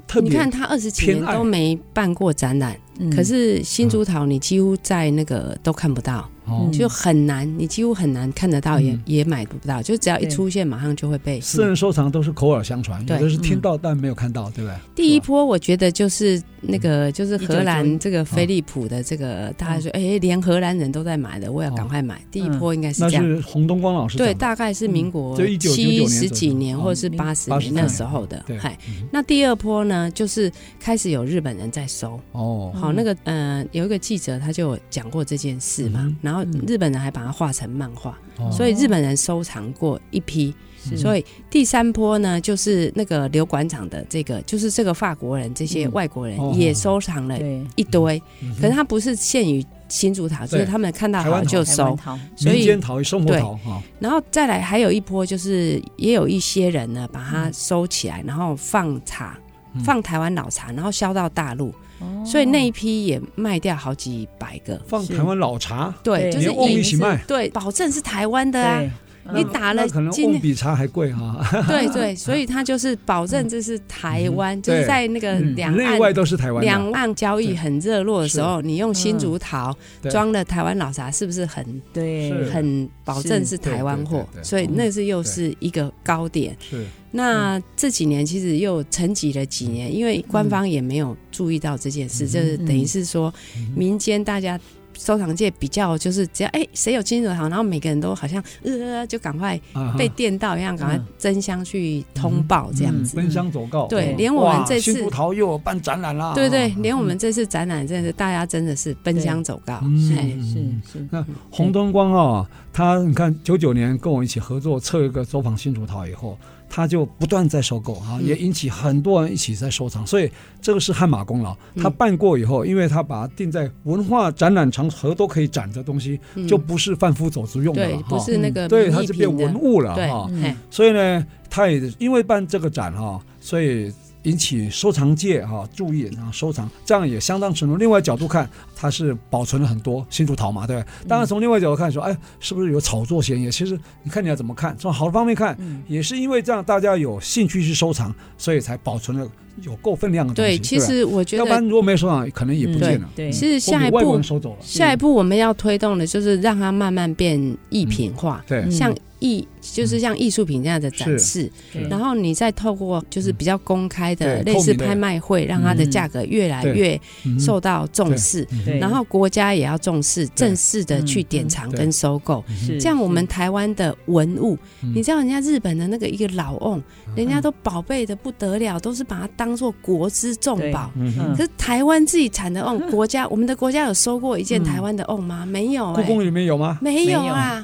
特你别看他二十几年偏爱都没办过展览，嗯可是新竹桃你几乎在那个都看不到，哦嗯就很难，你几乎很难看得到，也嗯也买不到，就只要一出现，马上就会被。私人收藏都是口耳相传，有对嗯的是听到但没有看到，对不对？第一是吧嗯波，我觉得就是那个就是荷1991兰这个飞利浦的这个，大家说，嗯哎，连荷兰人都在买的，我也要赶快买。第一波应该是那这样。是洪东光老师讲对，的大概是民国就1999七年十左几右年哦或是嗯八十80年那时候的对，嗨。嗯那第二波呢，就是开始有日本人在收。哦，好，那个呃，有一个记者他就有讲过这件事嘛，嗯然后嗯日本人还把它画成漫画，哦所以日本人收藏过一批。嗯是所以第三波呢，就是那个刘馆长的这个，就是这个法国人这些嗯外国人哦也收藏了对，一堆，嗯哼可是他不是限于新竹塔，就是对他们看到台湾好就台收湾。桃，所民以间陶艺、生活陶啊，然后再来还有一波，就是也有一些人呢，把它收起来，然后放茶，嗯放台湾老茶，然后销到大陆，哦所以那一批也卖掉好几百个。放是台湾老茶，对对，就是连瓮一以起卖，对，保证是台湾的啊对。，你嗯打了那可能今瓮天比茶还贵哈， 对对，所以他就是保证这是台湾，就是对在那个嗯两内外岸都是台湾啊的，两岸交易很热络的时候，你用新竹桃对装了台湾老茶，是不是很对，是很保证是是台湾货对对对？对所以那是又对是一个高点。是那这几年其实又沉寂了几嗯年，因为官方也没有注意到这件事，就是等于是说嗯民间大家。收藏界比较就是只要哎谁有金手堂，然后每个人都好像呃就赶快啊哈嗯被电到一样，赶快争相去通报这样子。嗯奔相走告，对哦连我们哇这次新竹陶又有办展览啦，对对啊，连我们这次展览真的是大家真的是奔相走高。嗯哎是是，洪东光啊、他你看九九年跟我一起合作测一个走访新竹桃以后，他就不断在收购啊，嗯也引起很多人一起在收藏，所以这个是汗马功劳。嗯他办过以后，因为他把它定在文化展览场合都可以展的东西，嗯就不是贩夫走卒用的对了，不哈。是那嗯个对，民它意就变品的文物了对哈。嗯哎所以呢，他也因为办这个展哈、所以引起收藏界哈、注意，然后收藏，这样也相当程度。另外角度看，它是保存了很多新竹陶嘛，对不嗯对？当然从另外角度看说，哎，是不是有炒作嫌疑？其实你看你要怎么看，从好的方面看，嗯也是因为这样大家有兴趣去收藏，所以才保存了有够分量的东西。对，对吧，其实我觉要不然嗯得，如果没有收藏，可能也不见了。对嗯对其或实下者一外国步人收走了。下一步我们要推动的就是让它慢慢变艺品化，对嗯嗯，像艺就是像艺术品这样的展示，对然后你再透过就是比较公开的嗯对类似透明的拍卖会，让它的价格越来对越嗯受到重视，对然后国家也要重视，正式的去典藏嗯嗯跟收购。是这样，我们台湾的文物，嗯你知道人家日本的那个一个老瓮，人家都宝贝的不得了，都是把它当做国之重宝。嗯嗯可是台湾自己产的瓮，国家我们的国家有收过一件嗯台湾的瓮吗？没有、故欸，宫里面有吗？没有啊，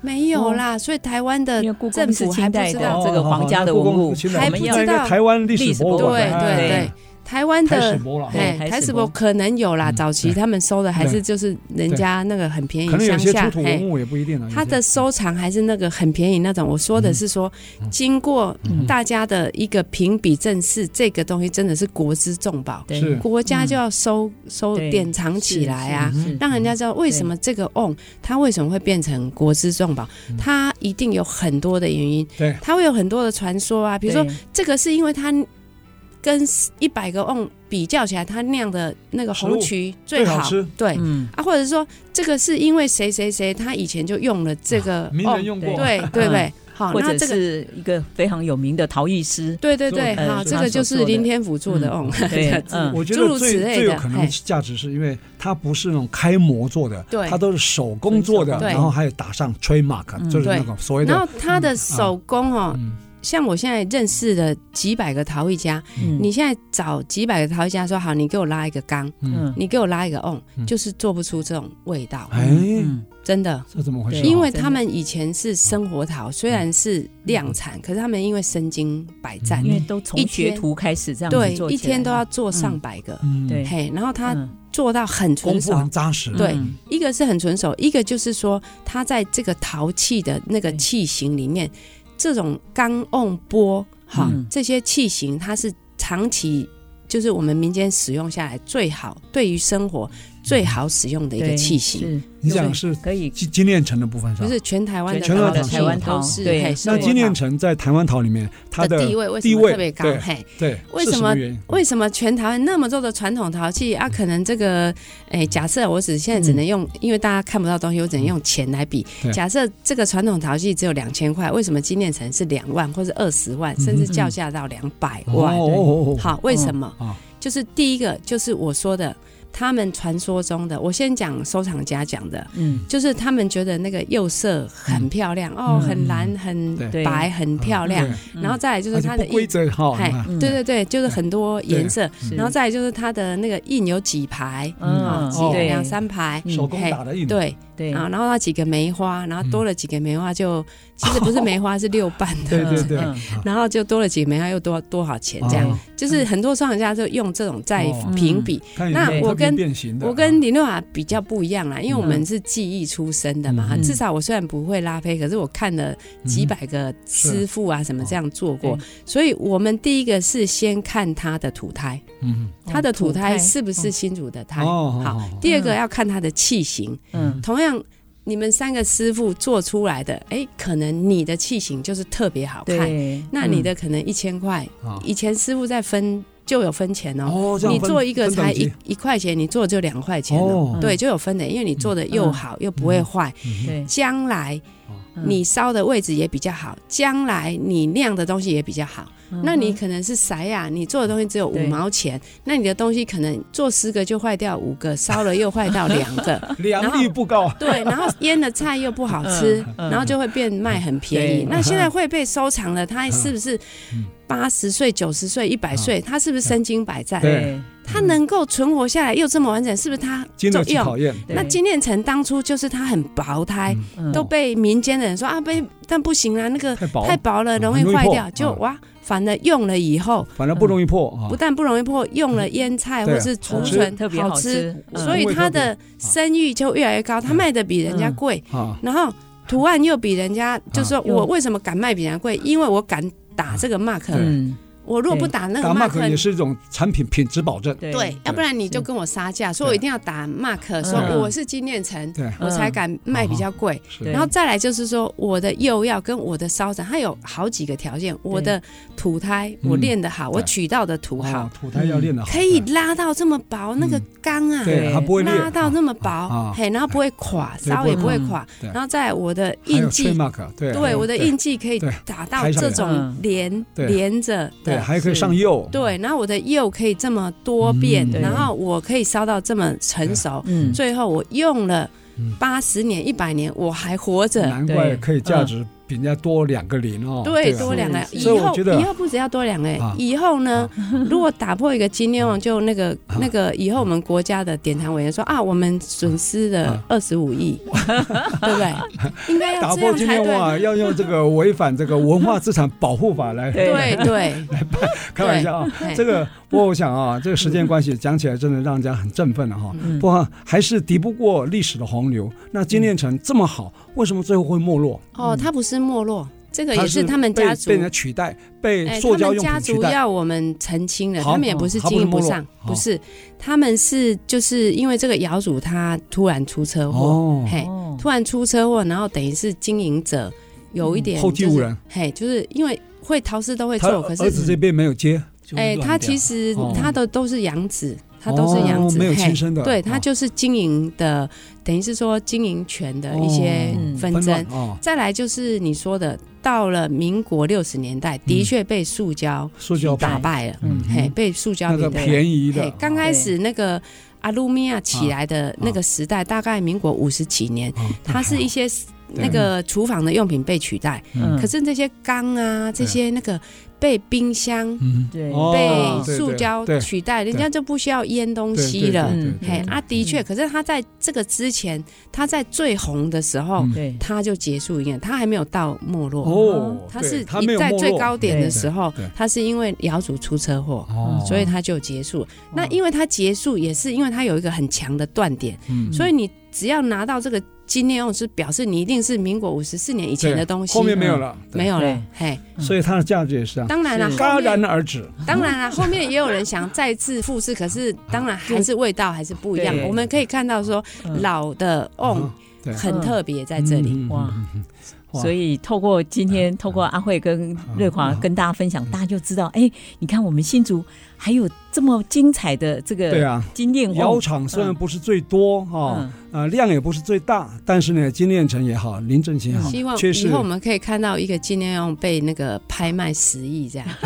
没有啦。所以台湾的因为故宫政是府还清不代知的道这个皇哦家的文物，代我们要还不知道台湾啊历历史史博博物馆，哎对对对，台湾台的史博了，哎对，台台史史博博可能有啦，嗯早期他们收的还对是就是人家那个很便可宜能有乡些下出土，嘿文物也不一定了。它的收藏还是那个很便宜那种。我说的是说，经过嗯大家的一个评比正视，这个东西真的是国之重宝，对是国家就要收收对典藏起来啊是。是是让人家知道为什么这个 on 它为什么会变成国之重宝，它一定有很多的原因，嗯对它会有很多的传说啊，比如说对这个是因为它跟一百个 on 比较起来，它酿的那个红曲最最好，好吃对、嗯，啊，或者说这个是因为谁谁谁他以前就用了这个 on，、名人啊用过，哦对对不对？嗯好，或那者这个是一个非常有名的陶艺师，对对对，呃好，是这他个所就是做的林天福做的 on，、对， 嗯，我觉诸得如最此类最有的哎可能嘿价值是因为它不是那种开模做的，对它都是手工做的，对然后还有打上 trademark，嗯就是对那个所谓然的后他的手工哦，嗯像我现在认识的几百个陶艺家，嗯你现在找几百个陶艺家说好，你给我拉一个缸，嗯，你给我拉一个瓮，嗯就是做不出这种味道，哎，嗯真的。这怎么回事？啊对哦因为他们以前是生活陶，虽然是嗯量产，可是他们因为身经百战，因为都从一学天徒开始这样对子做，一天都要做上百个，嗯对嘿，然后他嗯做到很功纯夫熟。很扎实，对嗯一个是很纯熟，一个就是说他在这个陶器的那个器型里面，这种钢瓮钵哈、嗯这些器型，它是长期就是我们民间使用下来最好，对于生活最好使用的一个对器型，是你讲的是可以金金炼成的部分上不，是全台湾的全台湾陶的器台湾陶都是对嘿那生那活金炼陶成在台湾陶里面，它的的地位为地什么位特别高对？嘿，对为是什什么原因？为什么全台湾那么多的传统陶器啊？可能这个，哎，假设我只现在只能用，因为大家看不到东西，我只能用钱来比嗯对。假设这个传统陶器只有两千块，为什么金炼成是两万或者二十万，甚至叫价到两百嗯哦万？哦哦，好，为什么？啊就是第一个，就是我说的，他们传说中的，我先讲收藏家讲的，嗯就是他们觉得那个釉色很漂亮、嗯哦，很蓝、很对白、很漂亮，，嗯然后再来就是而且它不的哎规印则哈，嗨啊嗯对对对，就是对嗯很多颜色，是然后再来就是它的那个印有几排，啊，嗯几哦个对两三排，嗯手工打的印，嗯对对啊，然后它几个梅花，然后多了几个梅花就其实不是梅花是六瓣 对的，对对，嗯 然后就多了几个梅花又多多少钱这样哦，就是很多收藏家就用这种在哦嗯评比。看有没有那特别我跟变形的，啊我跟林诺瓦比较不一样啦，嗯因为我们是技艺出身的嘛，嗯至少我虽然不会拉胚，可是我看了嗯几百个师傅啊什么这样做哦过，对所以我们第一个是先看它的土胎，嗯它的土哦胎土胎是不是新竹的胎？哦好，哦第二个要看它的器型。嗯同样，你们三个师傅做出来的，哎，可能你的器型就是特别好看，对，那你的可能一千块，啊以前师傅在分就有分钱哦。哦，这样你分做一个分等才级一一块钱，你做就两块钱哦。哦，，对，就有分的，因为你做的又好又不会坏，嗯对将来嗯你烧的位置也比较好，将来你酿的东西也比较好。嗯那你可能是啥呀？你做的东西只有五对毛钱，那你的东西可能做十个就坏掉五个，烧了又坏掉两个 嗯良率不高，啊 对，然后腌的菜又不好吃，嗯嗯然后就会变卖很便宜对。那现在会被收藏了，它是不是嗯八十岁、九十岁、一百嗯岁，它是不是身经百战？对它能够存活下来又这么完整，是不是它经得重起考用？验，嗯对那金炼成当初就是它很薄胎，嗯都被民间的人说啊，被但不行啊，那个太薄，太薄了，嗯容易很容易坏破掉。就嗯哇，反而用了以后，反正不容易破啊嗯不，但不容易破，用了腌菜对啊或是储嗯存特别好吃，嗯吃，所以它的生意就越来越嗯高，它卖的比人家贵，啊，然后图案又比人家，就是说嗯我为什么敢卖比人家贵？因为我敢打这个 mark，嗯对嗯我如果不打那个打 mark， mark 也是一种产品品质保证。对对，要不然你就跟我杀价，说我一定要打 mark，说嗯我是纪念城，对，嗯我才敢卖比较贵。是对然后再来就是说，我的釉药跟我的烧盏，它有好几个条件。我的土胎嗯我练得好，对我取到的土好啊，，土胎要练得好，可以拉到这么薄，那个钢嗯啊，对，对它不会裂，拉到那么啊薄，嘿，然后不会垮，对烧也不会不会垮对。然后再来我的还有印记 trademark，对对，我的印记可以对打到拍下来这种连嗯对连着对，啊的，还可以上釉，对，然后我的釉可以这么多变嗯，对然后我可以烧到这么成熟，嗯，最后我用了嗯八十年、一百年，我还活着。难怪对可以价值比人家多两个零哦，嗯对，吧多两个，是以所以我后觉得以后不只要多两个啊，以后呢，如果打破一个金链王，就那个啊那个，以后我们国家的典藏委员说啊，我们损失了啊二十五 亿，对不对？应该打要这破样今才天哇，对。要用这个违反这个文化资产保护法来对 对对，嗯开玩笑 啊。嘿这个不过我想啊，这个时间关系，讲起来真的让人家很振奋了哈。嗯不过还是敌不过历史的洪流。那金炼城这么好，为什么最后会没落？哦，它不是没落，这个它也是他们被家族被人家取代，被哎，塑他胶们用家品取族代。要我们澄清了，好他们也不是好经营不上，好不是，他们是就是因为这个窑主他突然出车祸，哦，嘿，哦突然出车祸，然后等于是经营者有一点嗯后继就是无人，嘿，就是因为会陶瓷都会他做，可儿子是这边没有接，就会哎，乱他掉其实哦他的都是养子，他都是养哦子，没有嘿亲生的，对他就是经营的，等于是说经营权的一些哦纷分争乱。哦，再来就是你说的，到了民国六十年代，的确被塑胶塑胶打败了，嗯嘿，被塑胶那给个打便宜的哦啊嘿，，刚开始那个阿鲁米亚起来的那个时代，大概民国五十几年，哦它是一些那个厨房的用品被取代，嗯可是这些缸啊，这些那个被冰箱、嗯对哦被对塑胶对对取代，人家就不需要腌东西了。对对对嗯对嘿对，啊，的确，可是他在这个之前，他在最红的时候，嗯对它就结束营业，它还没有到没落。哦，它对是它一没有在没最落高点的对时候对对，它是因为窑主出车祸，哦，所以它就结束。那因为它结束，也是因为它有一个很强的断点，嗯所以你只要拿到这个金链用，是表示你一定是民国五十四年以前的东西，嗯嗯后面没有了，没有对了。嘿，对，所以它的价值也是啊，当然了，是后戛然面而止。当然了，后面也有人想再次复制，可是当然还是味道还是不一样对。我们可以看到说嗯老的瓮嗯对很特别在这里。嗯哇，嗯嗯嗯哇嗯所以透过今天，透过阿慧跟瑞华跟大家分享，大家就知道，哎，你看我们新竹还有这么精彩的这对个啊，金链窑王，厂虽然不是最多哈，哦嗯，啊量也不是最大，但是呢，金炼城也好，林正清也好希嗯望，确实以后我们可以看到一个纪念用被那个拍卖十亿这样。嗯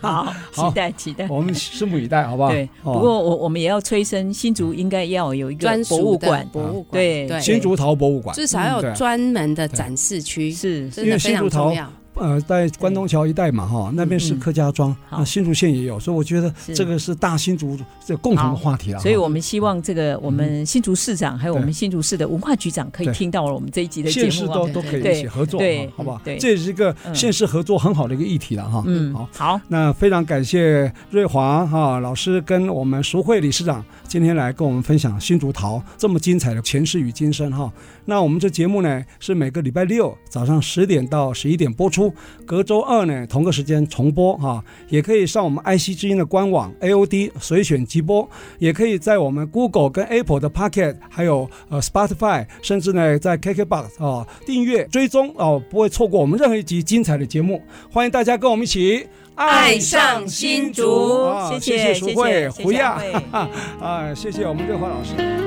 好，好期待期待。我们拭目以待，好不好？对，哦不过我我们也要催生新竹应该要有一个专博属物的馆，博物馆对对，新竹陶博物馆，至少要嗯对有专门的展示区，是真的非常重要。呃，在关东桥一带嘛，哈，那边是嗯客家庄，好那新竹县也有，所以我觉得是这个是大新竹这共同的话题了。啊所以哈我们希望这个我们新竹市长还有我们嗯对新竹市的文化局长可以对听到了我们这一集的节县市目啊都。都可以一对起合作，对哈好不好？对这也是一个嗯县市合作很好的一个议题了哈。嗯，好。好，那非常感谢瑞华哈、老师跟我们淑慧理事长今天来跟我们分享新竹桃这么精彩的前世与今生哈、那我们这节目呢是每个礼拜六早上十点到十一点播出，隔周二呢同个时间重播哈、也可以上我们爱惜之音的官网 AOD 随选即播，也可以在我们 Google 跟 Apple 的 Pocket，还有呃 Spotify，甚至呢在 KKBox 啊、订阅追踪哦、不会错过我们任何一集精彩的节目。欢迎大家跟我们一起爱上新竹啊谢谢谢淑谢谢慧谢谢胡慧 亚啊，谢谢我们瑞华老师。